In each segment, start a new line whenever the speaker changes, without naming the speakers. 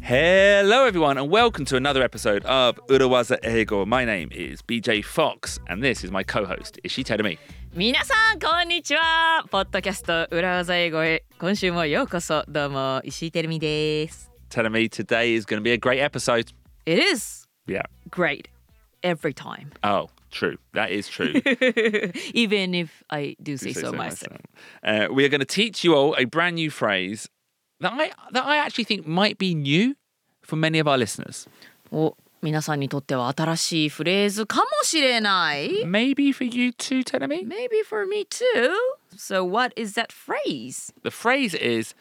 Hello, everyone, and welcome to another episode of Urawaza Ego. My name is BJ Fox, and this is my co host, Ishi Terumi.
皆さんこんにちはポッドキャスト裏技英語へ今週もようこそどうも石井てるみです
Terumi, today is going to be a great episode.
It is
Yeah.
great every time
Oh, true. That is true.
even if I do say
say
so
so
myself
Uh, we are going to teach you all a brand new phrase that I that I actually think might be new for many of our listeners.
お皆さんにとっては新しいフレーズかもしれない
Maybe for you too, Tenemi.
Maybe for me too So what is that phrase?
The phrase is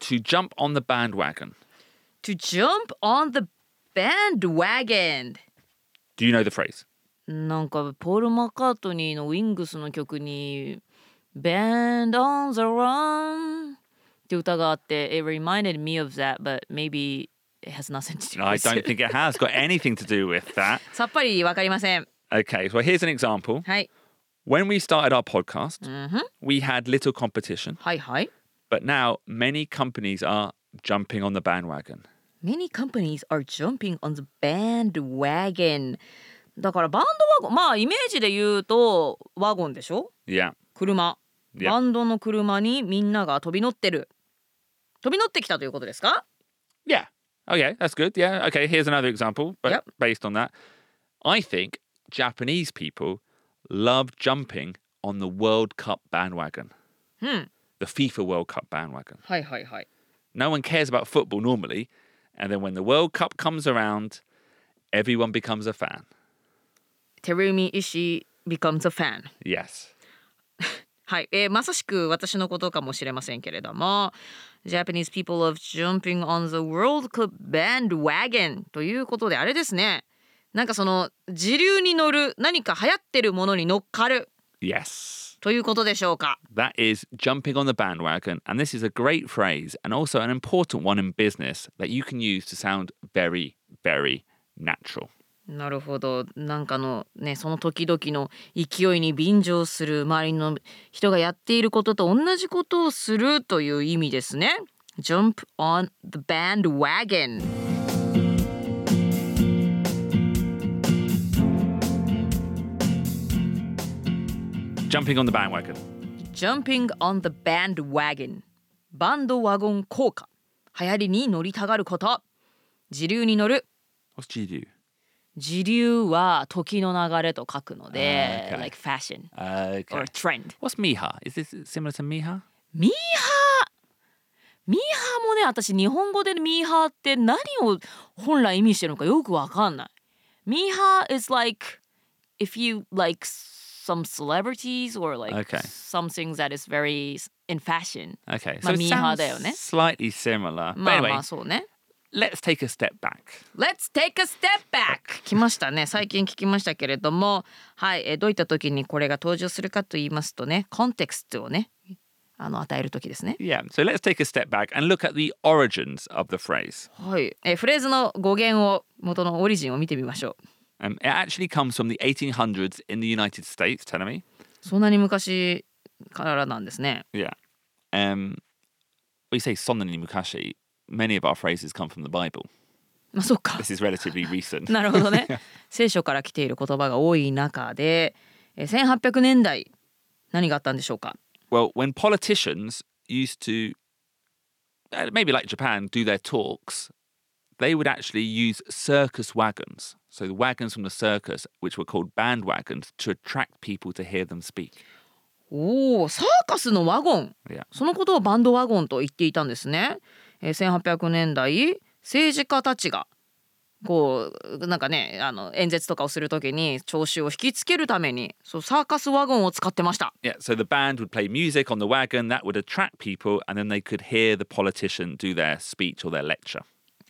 to jump on the bandwagon.
To jump on the bandwagon
Do you know the phrase?
なんかポール・マッカートニーのウィングスの曲に「Band on the Run」って歌があって It reminded me of that but maybe it has nothing to do
No, I
with
don't
it
think it has got anything to do with that.
さっぱりわかりません
Okay, so here's an example.
はい
When we started our podcast, we had little competition,
はいはい
but now many companies are jumping on the bandwagon.
Many companies are jumping on the bandwagon だからバンドワゴンまあイメージで言うとワゴンでしょ
Yeah.
車
Yeah.
バンドの車にみんなが飛び乗ってる飛び乗ってきたということですか
Yeah. Okay, that's good. Yeah. Okay, here's another example but
Yep.
based on that. I think Japanese people love jumping on the World Cup bandwagon,
うん。
the FIFA World Cup bandwagon.
はいはいはい
No one cares about football normally, and then when the World Cup comes around, everyone becomes a fan.
Terumi Ishii becomes a fan.
Yes.
はい、えーまさしく私のことかもしれませんけれども Japanese people of jumping on the World Cup bandwagon ということであれですねなんかその時流に乗る何か流行ってるものに乗っかる
Yes.
ということでしょうか
That is jumping on the bandwagon, and this is a great phrase and also an important one in business that you can use to sound very, very natural.
なるほどなんかのねその時々の勢いに便乗する周りの人がやっていることと同じことをするという意味ですね Jump on the bandwagon
Jumping on the bandwagon.
Jumping on the bandwagon バンドワゴン効果流行りに乗りたがること時流に乗る
What's GDU?
時流は時の流れと書くので、
Ah, okay.
like fashion
Okay.
or trend
What's Miha? Is this similar to Miha?
ミーハーミーハーもね私日本語でミーハーって何を本来意味してるのかよくわかんないミーハー is like if you like some celebrities or like
Okay.
something that is very in fashion
Okay.
Ma
So it
miha
sounds
だよね。
slightly similar.
ま
But
あ
anyway,
まあそうね
let's take a step back.
Let's take a step back! 来ましたね。最近聞きましたけれども、はい、えーどういった時にこれが登場するかと言いますとね、コンテクストをね、あの与える時ですね。
Yeah. So let's take a step back and look at the origins of the phrase.
はい、えーフレーズの語源を元のオリジンを見てみましょ
Um, it actually comes from the 1800s in the United States, tell me.
う。そんなに昔からなんですね。
Yeah. Um, we say Sonnani Mukashi. Many of our phrases come from the Bible.
まあそ っか。
This is relatively recent.
なるほどね。聖書から来ている言葉が多い中で、えー1800年代何があったんでしょうか。
Well, when politicians used to, uh, maybe like Japan, do their talks, they would actually use circus wagons. So the wagons from the circus, which were called bandwagons, to attract people to hear them speak.
おお、サーカスのワゴン。
Yeah.
そのことをバンドワゴンと言っていたんですね。えー1800年代政治家たちがこうなんかねあの演説とかをするときに聴衆を引きつけるためにそうサーカスワゴンを使ってました。
Yeah, so the band would play music on the wagon that would attract people, and then they could hear the politician do their speech or their lecture.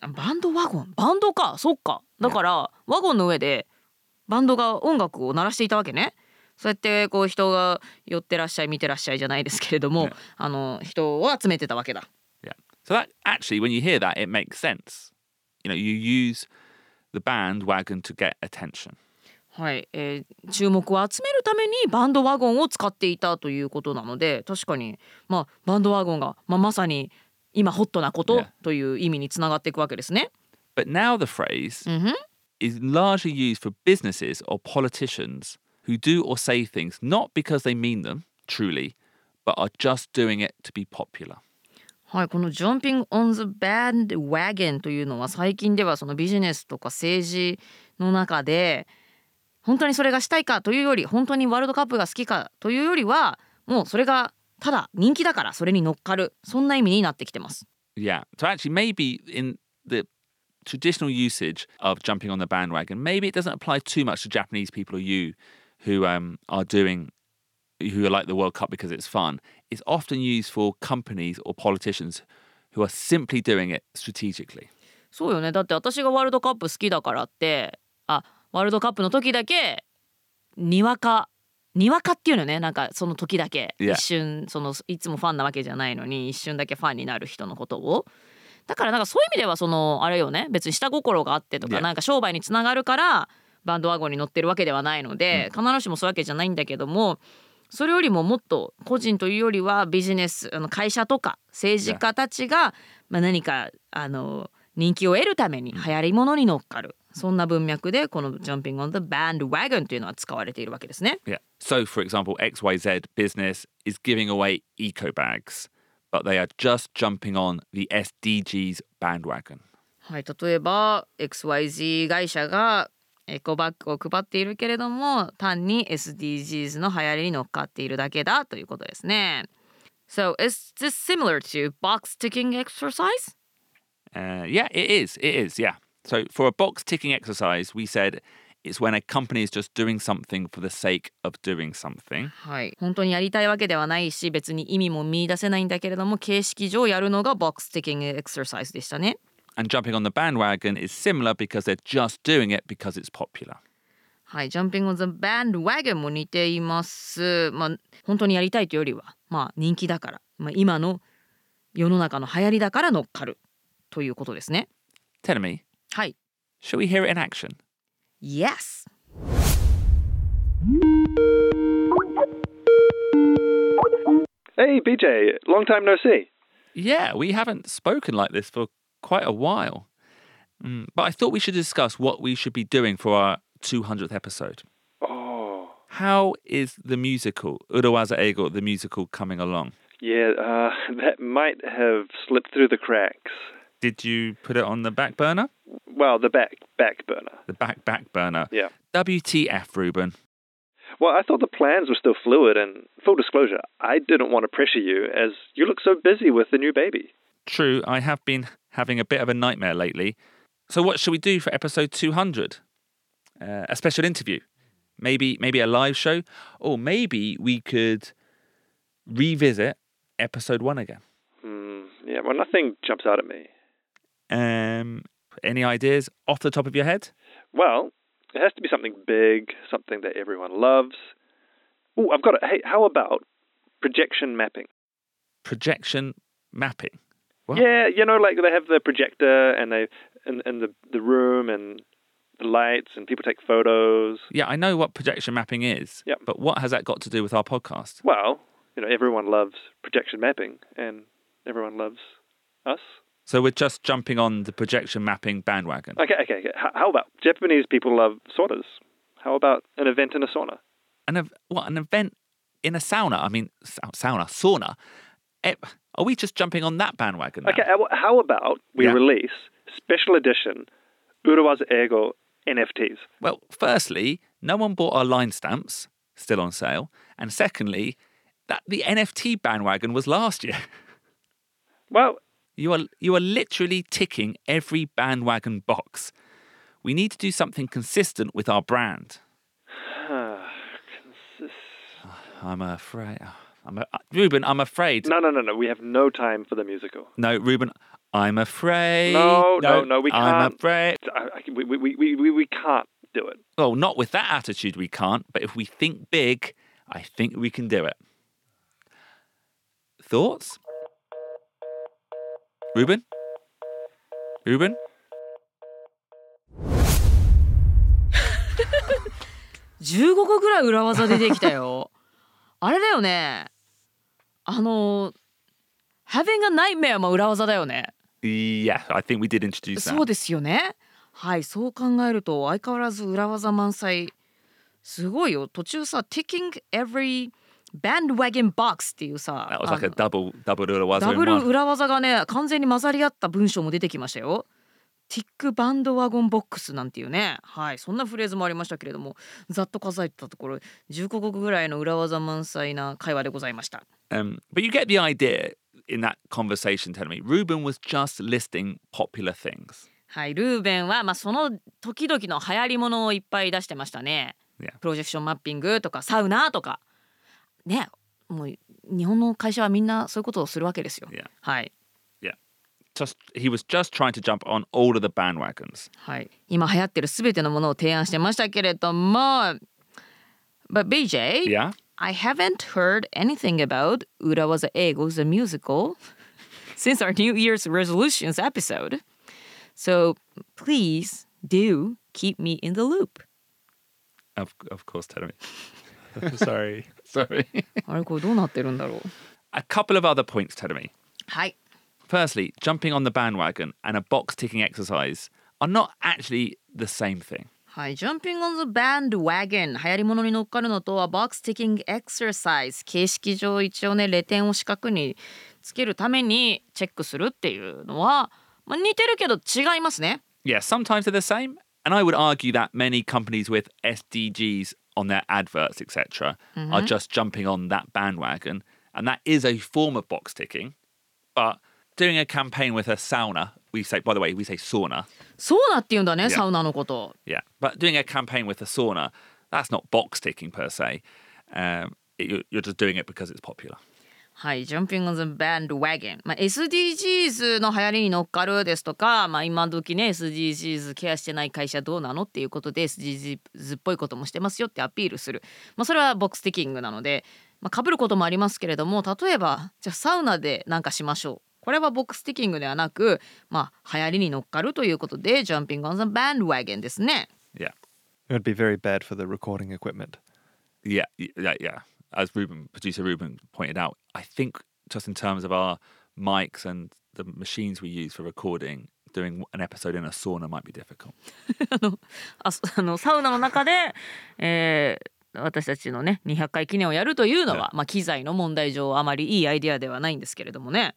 バンドワゴンバンドかそっかだからワゴンの上でバンドが音楽を鳴らしていたわけねそうやってこう人が寄ってらっしゃい見てらっしゃいじゃないですけれども、
ね
あの人を集めてたわけだ
Yeah. So that actually, when you hear that, it makes sense. You know, you use the bandwagon to get attention.
はいえー注目を集めるためにバンドワゴンを使っていたということなので確かに、まあ、バンドワゴンが、まあ、まさに今ホットなこと
ね
という意味につながっていくわけですね。
But now the phrase
うんふん
is largely used for businesses or politicians who do or say things not because they mean them, truly, but are just doing it to be popular.
はい、この Jumping on the bandwagon というのは最近ではそのビジネスとか政治の中で本当にそれがしたいかというより本当にワールドカップが好きかというよりはもうそれがただ人気だからそれに乗っかるそんな意味になってきてます。
Yeah. So actually, maybe in the traditional usage of jumping on the bandwagon, maybe it doesn't apply too much to Japanese people or you who um, are doing, who like the World Cup because it's fun. It's often used for companies or politicians who are simply doing it strategically.
そうよねだって私がワールドカップ好きだからってあワールドカップの時だけにわかにわかっていうのねなんかその時だけ
Yeah.
一瞬そのいつもファンなわけじゃないのに一瞬だけファンになる人のことをだからなんかそういう意味ではそのあれよね別に下心があってとか
Yeah.
なんか商売につながるからバンドワゴンに乗ってるわけではないので必ずしもそういうわけじゃないんだけどもそれよりももっと個人というよりはビジネスあの会社とか政治家たちが、まあ、何かあの人気を得るために流行りものに乗っかる、そんな文脈でこの「Jumping on the Bandwagon」というのは使われているわけですね。
Yeah. So, for example, XYZ business is giving away eco bags, but they are just jumping on the SDGs bandwagon.
はい、例えば XYZ 会社がエコバッグを配っているけれども単に SDGs の流行りに乗っかっているだけだということですね。So is this similar to box ticking exercise?
Uh, yeah, it is. It is. Yeah. So for a box ticking exercise, we said it's when a company is just doing something for the sake of doing something.
はい、本当にやりたいわけではないし別に意味も見出せないんだけれども形式上やるのが box ticking exercise でしたね。
And jumping on the bandwagon is similar because they're just doing it because it's popular.
はい、Jumping on the Bandwagon も似ています。まあ、本当にやりたいというよりは、まあ、人気だから、まあ、今の世の中の流行りだから乗っかるということですね。
Tell me,
はい。
shall we hear it in action?
Yes!
Hey, BJ, long time no see.
Yeah, we haven't spoken like this for quite a while. Mm, but I thought we should discuss what we should be doing for our 200th episode.
Oh,
How is the musical, Urawaza Ego, the musical, coming along?
yeah, uh, that might have slipped through the cracks.
Did you put it on the back burner?
Well, the back back burner.
The back, back burner.
Yeah.
WTF, Ruben.
Well, I thought the plans were still fluid, and full disclosure, I didn't want to pressure you as you look so busy with the new baby.
True, I have been having a bit of a nightmare lately. So what should we do for episode 200? Uh, a special interview. Maybe maybe a live show or maybe we could revisit episode 1 again.
Hmm. yeah, well, nothing jumps out at me.
Um any ideas off the top of your head?
Well, it has to be something big, something that everyone loves. Oh, I've got it. Hey, how about projection mapping?
Projection mapping. What?
Yeah, you know, like they have the projector and they in, in the the room and the lights and people take photos.
Yeah, I know what projection mapping is,
Yep.
but what has that got to do with our podcast?
Well, you know, everyone loves projection mapping and everyone loves us.
So we're just jumping on the projection mapping bandwagon.
Okay, okay. okay. H- How about Japanese people love saunas? How about an event in a sauna?
an ev- what an event in a sauna. I mean, sa- sauna, sauna. Eh, Are we just jumping on that bandwagon? Now?
Okay, uh how- how about we
Yeah.
release special edition Urawaza Ego NFTs?
Well, firstly, no one bought our line stamps, still on sale, and secondly, that the NFT bandwagon was last year.
Well,
You are you are literally ticking every bandwagon box. We need to do something consistent with our brand. I'm afraid. I'm a, Ruben. I'm afraid.
no, no, no, no. We have no time for the musical.
No, Ruben. I'm afraid.
No, no, no, we
I'm
can't.
afraid.
I, I, we, we, we, we, we can't do it.
Well, not with that attitude, we can't. But if we think big, I think we can do it. Thoughts? Ruben? Ruben?
15個ぐらい裏技出てきた よあれだよねあの Having a nightmare も裏技だよね
Yeah, I think we did introduce
そう
that.
ですよねはいそう考えると相変わらず裏技満載すごいよ途中さ Ticking every bandwagon box っていうさ
That was like a
あの
double double rule was
ダブ
in
ル
one.
裏技がね完全に混ざり合った文章も出てきましたよ。ティックバンドワゴンボックスなんていうねはいそんなフレーズもありましたけれどもざっと数えてたところ15個ぐらいの裏技満載な会話でございました。
Um, but you get the idea in that conversation telling me Ruben was just listing popular things.
はいルーベンは、まあ、その時々の流行りものをいっぱい出してましたね。
Yeah.
プロジェクションマッピングとかサウナとかねもう日本の会社はみんなそういうことをするわけですよ。
Yeah.
はい
Just he was just trying to jump on all of the bandwagons.
はい、今流行ってるすべてのものを提案してましたけれども But BJ、
Yeah.
I haven't heard anything about 裏技英語 the musical since our New Year's resolutions episode So please do keep me in the loop
Of of course, telling me.
Sorry.
Sorry.
あれこれどうなってるんだろう
a couple of other points, telling me.
はい
Firstly, jumping on the bandwagon and a box ticking exercise are not actually the same thing.
はい、Jumping on the bandwagon 流行り物に乗っかるのとは Box Ticking Exercise 形式上一応ねレ点を四角につけるためにチェックするっていうのは、まあ、似てるけど違いますね
Yeah, sometimes they're the same, and I would argue that many companies with SDGs on their adverts, etc., are just jumping on that bandwagon, and that is a form of box ticking. But doing a campaign with a sauna, we say. By the way, we say sauna.
そうなって言うんだね
Yeah.
サウナのこと
Yeah, but doing a campaign with a sauna, that's not box ticking per se. Um, it- you're- you're just doing it because it's popular.
はい、Jumping on the Bandwagon、まあ、SDGs の流行りに乗っかるですとか、まあ、今時ね SDGs ケアしてない会社どうなのっていうことで SDGs っぽいこともしてますよってアピールする、まあ、それはボックスティッキングなのでまあ、被ることもありますけれども例えばじゃあサウナでなんかしましょうこれはボックスティッキングではなく、まあ、流行りに乗っかるということで Jumping on the Bandwagon ですね。
Yeah,
It would be very bad for the recording equipment.
yeah, y- yeah, yeah. As Ruben, producer Ruben pointed out, I think just in terms of our mics and the machines we use for recording, doing an episode in a sauna might be difficult.
あそ あのサウナの中で、えー私たちのね200回記念をやるというのは、まあ、機材の問題上あまりいいアイデアではないんですけれどもね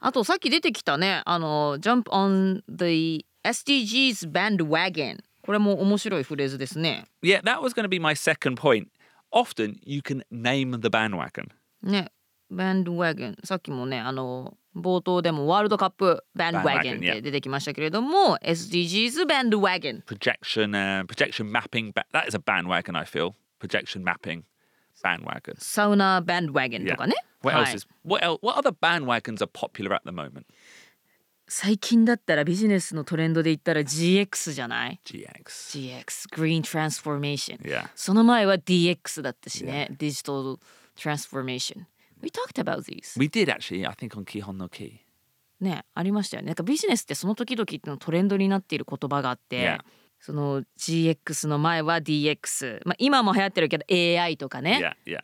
あとさっき出てきたねあの「Jump on the SDGs bandwagon」これも面白いフレーズですね。
Yeah, that was going to be my second point. Often you can name the bandwagon.
ねバンドワゴンさっきもねあの冒頭でもワールドカップバンドワゴン
bandwagon
っ
yeah
て出てきましたけれども SDGs バンドワゴン
Projection, uh, projection mapping. Ba- that is a bandwagon. I feel projection mapping, bandwagon.
サウナバンドワゴン
Yeah.
とかね、
What
は
else
い
is what else, what other bandwagons are popular at the moment?
最近だったらビジネスのトレンドで言ったら GX じゃない
GX.
?GX、グリーントランスフォーメーション。
Yeah.
その前は DX だったしね、デジタルトランスフォーメーション。We talked about these.
We did actually, I think on Kihon no Ki.
ね、ありましたよね。なんかビジネスってその時々のトレンドになっている言葉があって、
Yeah.
その GX の前は DX。まあ今も流行ってるけど AI とかね。
Yeah, yeah.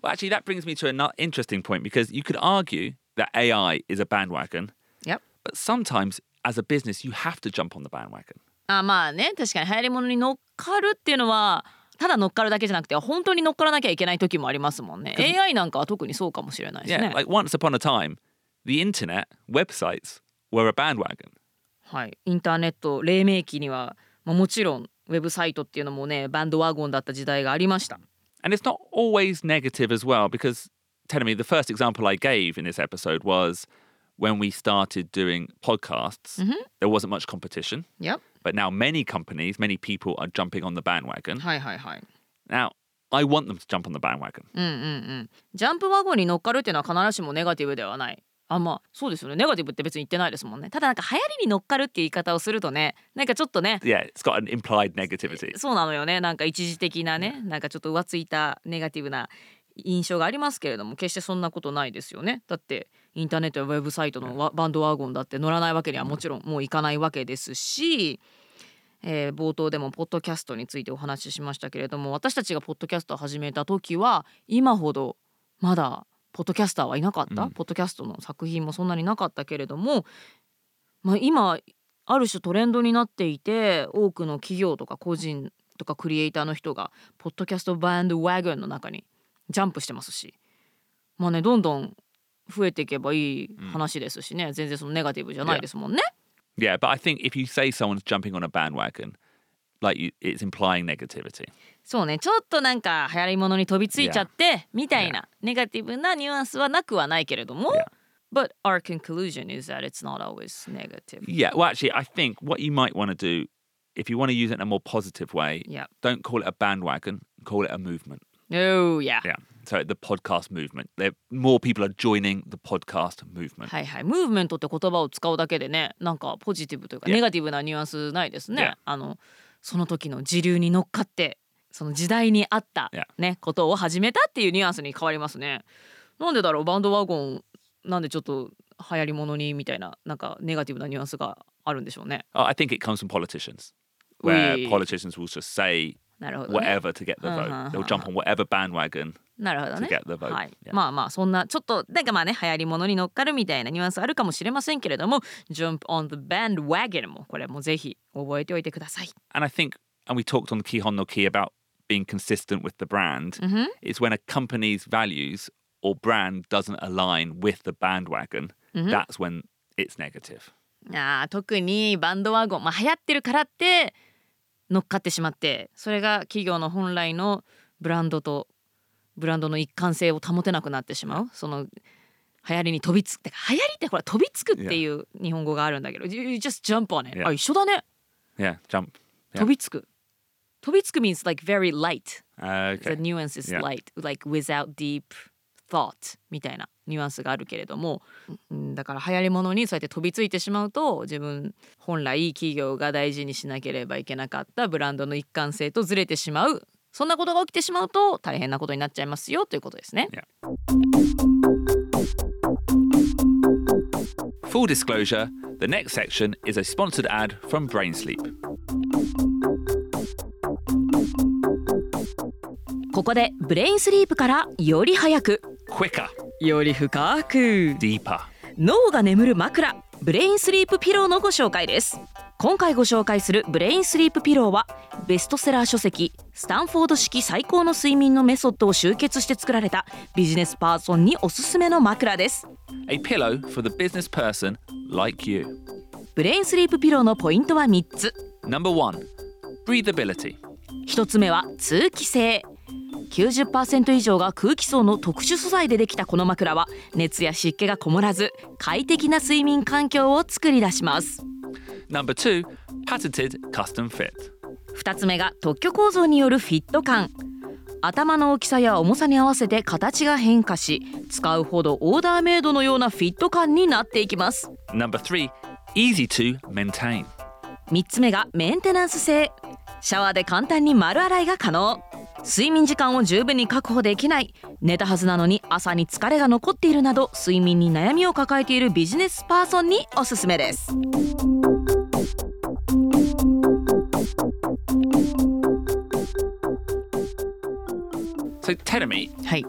Well, actually, that brings me to another interesting point because you could argue that AI is a bandwagon,
Yep.
but sometimes as a business, you have to jump on the bandwagon.
あまあね確かに流行り物に乗っかるっていうのはただ乗っかるだけじゃなくて本当に乗っからなきゃいけない時もありますもんね AI なんかは特にそうかもしれないです
Yeah.
ね、
Like once upon a time, the internet websites were a bandwagon.
はいインターネット黎明期には、まあ、もちろんウェブサイトっていうのもねバンドワゴンだった時代がありました
And it's not always negative as well, because telling me the first example I gave in this episode was when we started doing podcasts, there wasn't much competition.
Yep.
But now many companies, many people are jumping on the bandwagon.
はいはいはい
Now, I want them to jump on the bandwagon.
うんうんうんジャンプワゴンに乗っかるっていうのは必ずしもネガティブではないあまあそうですよねネガティブって別に言ってないですもんねただなんか流行りに乗っかるって言い方をするとねなんかちょっとね
Yeah, it's got an implied negativity.
そうなのよねなんか一時的なねなんかちょっと浮ついたネガティブな印象がありますけれども決してそんなことないですよねだってインターネットやウェブサイトのわバンドワゴンだって乗らないわけにはもちろんもういかないわけですし、えー冒頭でもポッドキャストについてお話ししましたけれども私たちがポッドキャストを始めた時は今ほどまだポッドキャスターはいなかった、
うん
ポッドキャストの作品もそんなになかったけれども、まあ、今ある種トレンドになっていて多くの企業とか個人とかクリエイターの人がポッドキャストバンドワゴンの中にジャンプしてますしまあねどんどん増えていけばいい話ですしね、全然そのネガティブじゃないですもんね。
Yeah, but I think if you say someone's jumping on a bandwagon, like you, it's implying negativity.
そうねちょっとなんか流行りものに飛びついちゃって、みたいなネガティブなニュアンスはなくはないけれども、
Yeah.
But our conclusion is that it's not always negative.
Yeah, well, actually, I think what you might want to do, if you want to use it in a more positive way,
Yeah.
don't call it a bandwagon, call it a movement.
Oh, yeah.
Yeah. So the podcast movement. There, more people are joining the podcast movement.
はいはい。ムーブメントって言葉を使うだけでね、なんかポジティブというか、
Yeah.
ネガティブなニュアンスないですね。
Yeah.
あの、その時の時流に乗っかって、その時代に合った
Yeah.
ね、ことを始めたっていうニュアンスに変わりますね。なんでだろう、バンドワゴン、なんでちょっと流行りものにみたいな、なんかネガティブなニュアンスがあるんでしょうね。
Oh, I think it comes from politicians, where
We-
politicians will just say
なるほど、ね。
whatever to get the vote.
Uh-huh,
They'll jump on whatever bandwagon.
なるほどね。
to get the vote.
はい
Yeah.
まあまあそんなちょっとなんかまあね流行りものに乗っかるみたいなニュアンスあるかもしれませんけれども「Jump on the bandwagon」もこれもぜひ覚えておいてください。
And I think, and we talked on the Kihon no Ki about being consistent with the brand, is when a company's values or brand doesn't align with the bandwagon, that's when it's negative.
あー特にバンドワゴン、まあ、流行ってるからって乗っかってしまってそれが企業の本来のブランドとブランドの一貫性を保てなくなってしまうその流行りに飛びつくてか流行りってほら飛びつくっていう日本語があるんだけど「You you just jump on it」
Yeah.
あ一緒だね
Yeah, jump. Yeah.
飛びつく飛びつく means like very light
Uh, Okay.
the nuance is
Yeah.
light like without deep thought みたいなニュアンスがあるけれどもうんだから流行りものにそうやって飛びついてしまうと自分本来企業が大事にしなければいけなかったブランドの一貫性とずれてしまうそんなことが起きてしまうと大変なことになっちゃいますよということですね。
Full disclosure the next section is a sponsored ad from Brain Sleep.
ここでブレインスリープからより早く
Quicker,
より深く
deeper.
脳が眠る枕ブレインスリープピローのご紹介です今回ご紹介するブレインスリープピローはベストセラー書籍スタンフォード式最高の睡眠のメソッドを集結して作られたビジネスパーソンにおすすめの枕です
A pillow for the business person like you.
ブレインスリープピローのポイントは3つ
Number one, breathability.
1つ目は通気性90%以上が空気層の特殊素材でできたこの枕は熱や湿気がこもらず快適な睡眠環境を作り出します
Number two, patented custom fit.
2つ目が特許構造によるフィット感頭の大きさや重さに合わせて形が変化し使うほどオーダーメイドのようなフィット感になっていきます
Number three, easy to maintain.
3つ目がメンテナンス性シャワーで簡単に丸洗いが可能睡眠時間を十分に確保できない寝たはずなのに朝に疲れが残っているなど睡眠に悩みを抱えているビジネスパーソンにおすすめです
So, Tenemy,
はい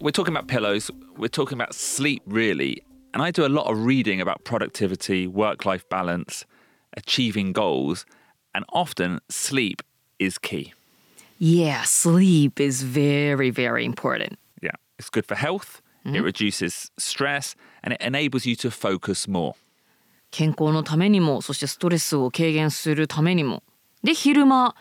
we're talking about pillows, we're talking about sleep, really. And I do a lot of reading about productivity, work life balance, achieving goals, and often sleep is key.
Yeah sleep is very very important
Yeah. It's good for health, it reduces stress, and it enables you to focus more.
健康のためにもそしてストレスを軽減するためにもで昼間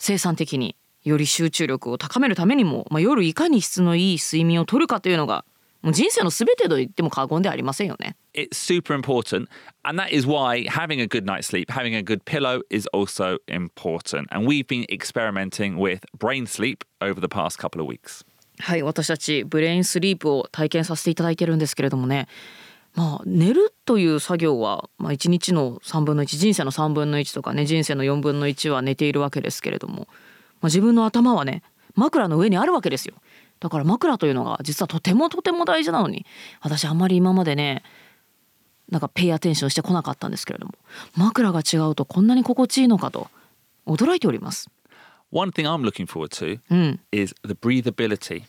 生産的により集中力を高めるためにも、まあ、夜いかに質のいい睡眠をとるかというのがもう人生の全てと言っても過言ではありませんよね。
It's super important. And that is why having a good night's sleep, having a good pillow is also important. And we've been experimenting with brain sleep over the past couple of weeks.
はい私たちブレインスリープを体験させていただいてるんですけれどもねまあ寝るという作業は、まあ、1日の3分の1人生の3分の1とかね人生の4分の1は寝ているわけですけれども、まあ、自分の頭はね枕の上にあるわけですよだから枕というのが実はとてもとても大事なのに私あんまり今までねなんかペイアテンションしてこなかったんですけれども枕が違うとこんなに心地いいのかと驚いております。
One thing I'm looking forward to
うん、
is the breathability.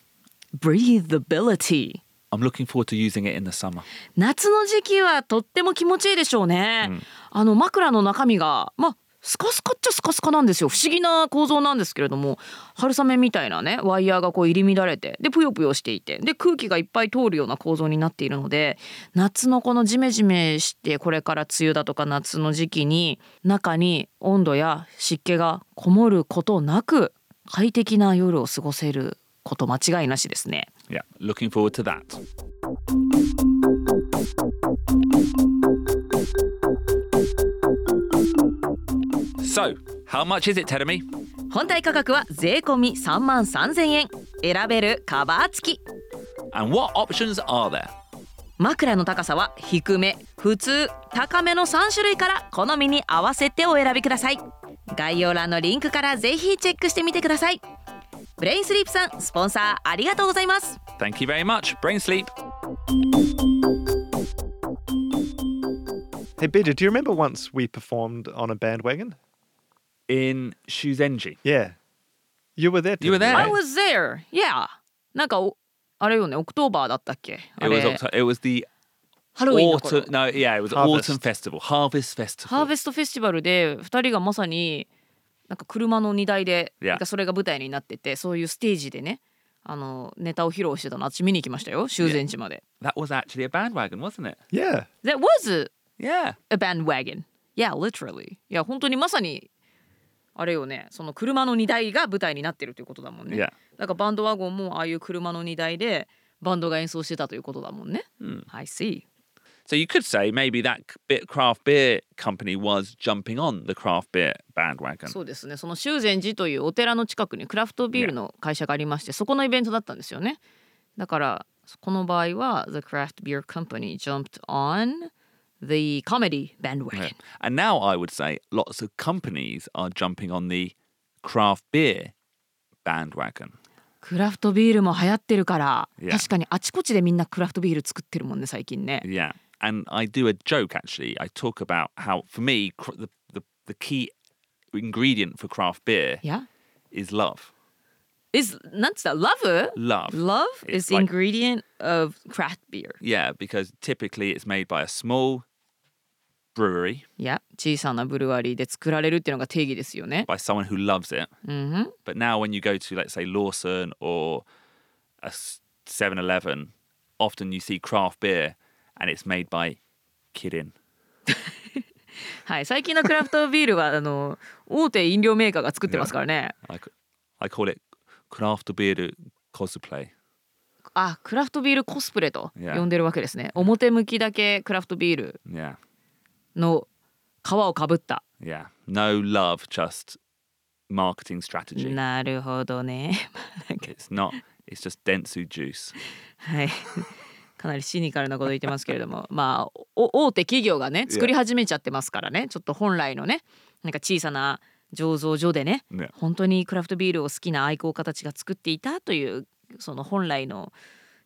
breathability
I'm looking forward to using it in the summer.
夏の時期はとっても気持ちいいでしょうね、あの枕の中身がまあスカスカっちゃスカスカなんですよ不思議な構造なんですけれども春雨みたいなねワイヤーがこう入り乱れてでぷよぷよしていてで空気がいっぱい通るような構造になっているので夏のこのジメジメしてこれから梅雨だとか夏の時期に中に温度や湿気がこもることなく快適な夜を過ごせること間違いなしですね。
Yeah, looking forward to that. So, how much is it, Teremi?
本体価格は税込み3万3000円選べるカバー付き
And what options are there?
枕の高さは低め普通高めの3種類から好みに合わせてお選びください概要欄のリンクからぜひチェックしてみてくださいブレインスリープさんスポンサーありがとうございます
Thank you very much. Brain sleep.
Hey, Beja, do you remember once we performed on a bandwagon?
In Shuzenji.
Yeah. You were there.
You were
Tiffany,
there.
right?
I was there yeah なんかおあれよねオクトーバーだったっけあ
It was,
れ
Octo- it was the
ハロウィンの頃
autumn. No, yeah, it was
Harvest.
autumn festival, harvest festival.
ハーベストフェスティバルで2人がまさになんか車の荷台で
Yeah.
なんかそれが舞台になっててそういうステージでねあのネタを披露してたの私見に行きましたよ修善寺まで。
That was actually a bandwagon, wasn't it?
Yeah.
That was
Yeah.
a bandwagon. Yeah, literally. いや本当にまさにあれよねその車の荷台が舞台になってるということだもんね。
Yeah.
だからバンドワゴンもああいう車の荷台でバンドが演奏してたということだもんね。I see.
So you could say maybe that c- bit craft beer company was jumping on the craft beer bandwagon.
そうですねその修善寺というお寺の近くにクラフトビールの会社がありましてそこのイベントだったんですよねだからこの場合は The Craft Beer Company jumped on the comedy bandwagon、
Yeah. And now I would say lots of companies are jumping on the craft beer bandwagon.
クラフトビールも流行ってるから、
Yeah.
確かにあちこちでみんなクラフトビール作ってるもんね最近ね、
Yeah. And I do a joke actually. I talk about how, for me, cr- the, the, the key ingredient for craft beer
Yeah
is love.
is なんつった love
Love.
love
It's
is
like-
ingredient of craft beer
Yeah, because typically it's made by a small brewery,
いや小さなブルワリーで作られるっていうのが定義ですよね
by someone who loves it.
うんふん
But now, when you go to, let's say, Lawson or a 7 Eleven, often you see craft beer and it's made by Kirin.
はい、最近のクラフトビールはあの大手飲料メーカーが作ってますからね。
I, c- I call it craft beer cosplay.
あ、クラフトビールコスプレと
Yeah.
呼んでるわけですね。表向きだけクラフトビール
Yeah,
の皮をかぶった。
yeah. No love, just marketing strategy.
なるほどね。なんか
It's not, it's just Dentsu juice.
はい。 かなりシニカルなこと言ってますけれども、 まあお大手企業がね作り始めちゃってますからね。ちょっと本来のね、なんか小さな醸造所でね、
Yeah.
本当にクラフトビールを好きな愛好家たちが作っていたというその本来の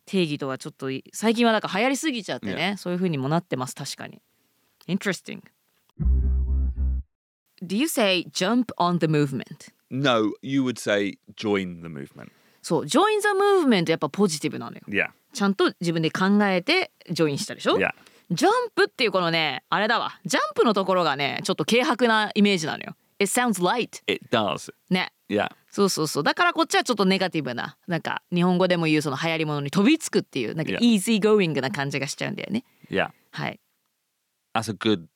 定義とはちょっとい最近はなんか流行りすぎちゃってね、そういう風にもなってます確かに。Interesting. Do you say jump on the movement?
No, you would say join the movement.
そう、join the movement やっぱポジティブなのよ。
Yeah,
ちゃんと自分で考えてジョインしたでしょ、
yeah.
ジャンプっていうこのねあれだわジャンプのところがねちょっと軽薄なイメージなのよ It sounds light
It does.
ね
Yeah,
そうそうそうだからこっちはちょっとネガティブななんか日本語でも言うその流行りものに飛びつくっていうなんか
Yeah.
easy going な感じがしちゃうんだよね
yeah.
はい
That's a good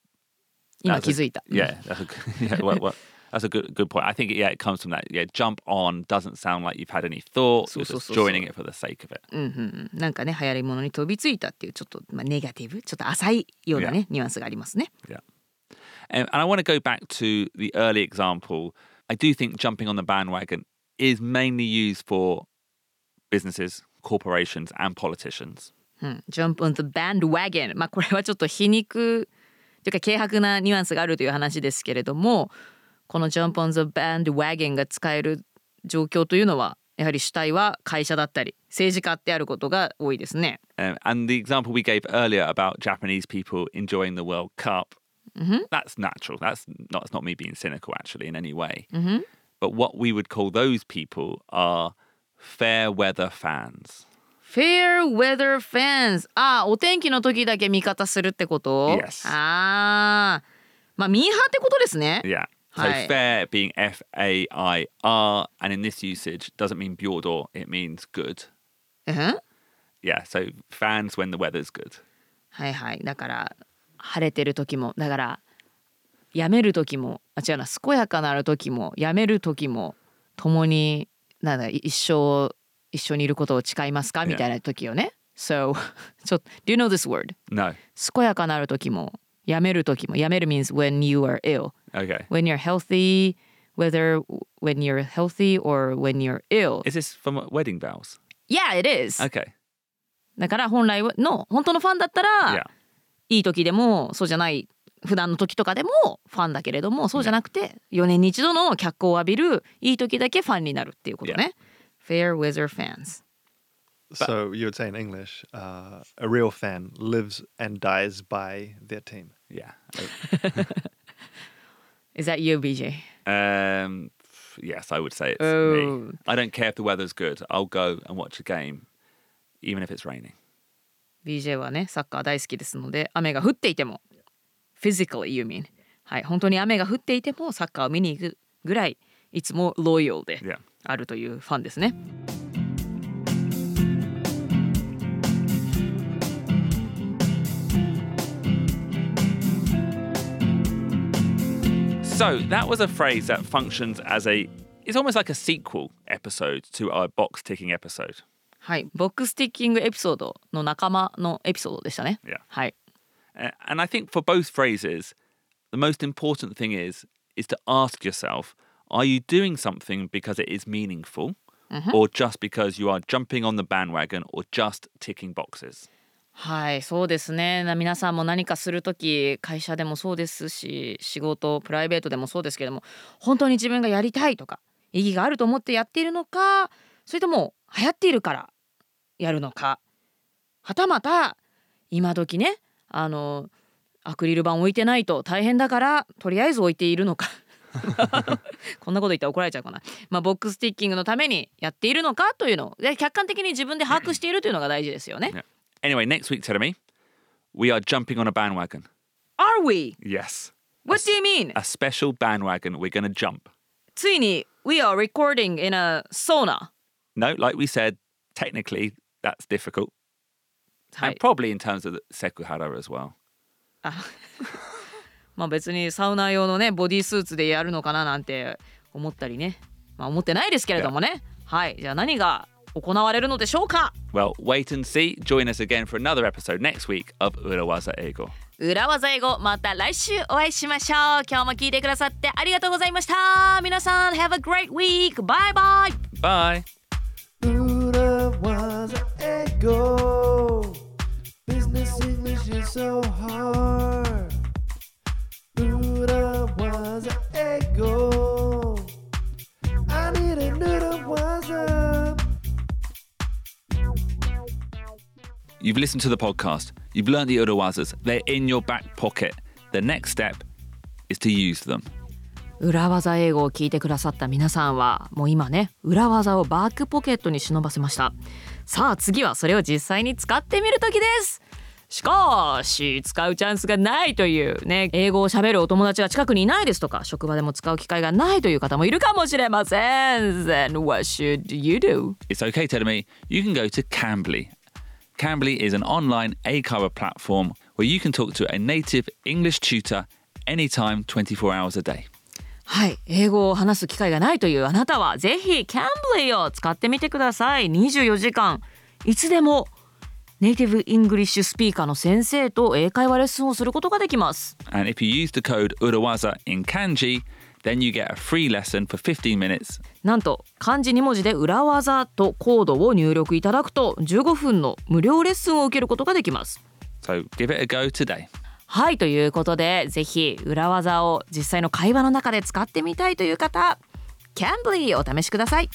今
That's
気
a-
づいた
Yeah, that's a good, yeah, well, well, that's a good good point. I think yeah, it comes from that. Yeah, jump on doesn't sound like you've had any thought.
So,
You're
so,
just
so, so.
joining it for the sake of it.
うんうんうんなんかね流行りものに飛びついたっていうちょっと、まあ、ネガティブちょっと浅いようなね、ニュアンスがありますね
Um, and I want to go back to the early example. I do think jumping on the bandwagon is mainly used for businesses, corporations, and politicians.
うん、jump on the bandwagon まあこれはちょっと皮肉というか軽薄なニュアンスがあるという話ですけれどもこの jump on the bandwagon が使える状況というのは、えやはり主体は会社だったり政治家ってあることが多いですね。
Um, and the example we gave earlier about Japanese people enjoying the World Cup, that's natural. That's not, that's not me being cynical, actually, in any way. But what we would call those people are fair weather fans.
Fair weather fans ああお天気の時だけ味方するってこと
Yes.
ああまあミーハーってことですね。
Yeah. So
Hi.
fair being F A I R, and in this usage doesn't mean Bjordor, it means good.
うん
Yeah, so fans when the weather's good.
はいはいだから晴れてる時もだからやめる時もあ違うな健やかなる時もやめる時も共になんだい一生一緒にいることを誓いますか
Yeah.
みたいな時よね。So ちょ do you know this word?
No.
健やかなる時もやめる時もやめる means when you are ill
Okay.
when you're healthy whether when you're healthy or when you're ill
Is this from Wedding Bells?
yeah it is
Okay.
だから本来の本当のファンだったら
Yeah.
いい時でもそうじゃない普段の時とかでもファンだけれどもそうじゃなくて4年に1度の脚光を浴びるいい時だけファンになるっていうことね。Fair weather fans。
So you would say in English, uh, a real fan lives and dies by their team.
Yeah.
Is that you, BJ?
Um, f- yes, I would say it's
Oh.
me. I don't care if the weather's good. I'll go and watch a game, even if it's raining.
BJ はねサッカー大好きですので雨が降っていても physically you mean はい本当に雨が降っていてもサッカーを見に行くぐらいいつもロイヤルで
Yeah.
あるというファンですね。
So that was a phrase that functions as a. It's almost like a sequel episode to our box ticking episode.
はいボックスティッキングエピソードの仲間のエピソードでしたね。
Yeah.
はい。
A- And I think for both phrases, the most important thing is is to ask yourself: Are you doing something because it is meaningful, or just because you are jumping on the bandwagon, or just ticking boxes?
はいそうですねな皆さんも何かする時会社でもそうですし仕事プライベートでもそうですけども本当に自分がやりたいとか意義があると思ってやっているのかそれとも流行っているからやるのかはたまた今時ねあのアクリル板置いてないと大変だからとりあえず置いているのか こんなこと言ったら怒られちゃうかな、まあ、ボックスティッキングのためにやっているのかというのをで客観的に自分で把握しているというのが大事ですよね。
Yeah. Anyway, next week, Teremi, we are jumping on a bandwagon.
Are we?
Yes.
What do you mean?
A special bandwagon. We're going to jump.
ついに We are recording in a sauna.
No, like we said, technically, that's difficult.
は
And
い。
probably in terms of the Sekuhara as well.
まあ別にサウナ用のねボディースーツでやるのかななんて思ったりね。まあ思ってないですけれどもね。はい。じゃあ何が行われるのでしょうか
Well, wait and see. Join us again for another episode next week of Urawaza Ego.
裏技英語また来週お会いしましょう。今日も聞いてくださってありがとうございました。皆さん Have a great week. Bye bye.
Bye.
Buddha was an echo. Business English is so hard. Buddha was an echo. I need a noodle was up.
You've listened to the podcast. You've learned the Urawazas. They're in your back pocket. The next step is to use them.
裏技英語を聞いてくださった皆さんはもう今ね裏技をバックポケットに忍ばせましたさあ次はそれを実際に使ってみる時ですしかし使うチャンスがないというね英語を喋るお友達が近くにいないですとか職場でも使う機会がないという方もいるかもしれません Then what should you do?
It's okay, Telemi. You can go to Cambly. Cambly is an online ACARA platform where you can talk to a native English tutor anytime, 24 hours a day.
はい英語を話す機会がないというあなたはぜひ Cambly を使ってみてください24時間いつでもネイティブイングリッシュスピーカーの先生と英会話レッスンをすることができます
And if you use the code Urawaza in kanji, then you get a free lesson for 15 minutes.
なんと漢字2文字で裏技とコードを入力いただくと15分の無料レッスンを受けることができます
So give it a go today.
はいということでぜひ裏技を実際の会話の中で使ってみたいという方 Cambly お試しください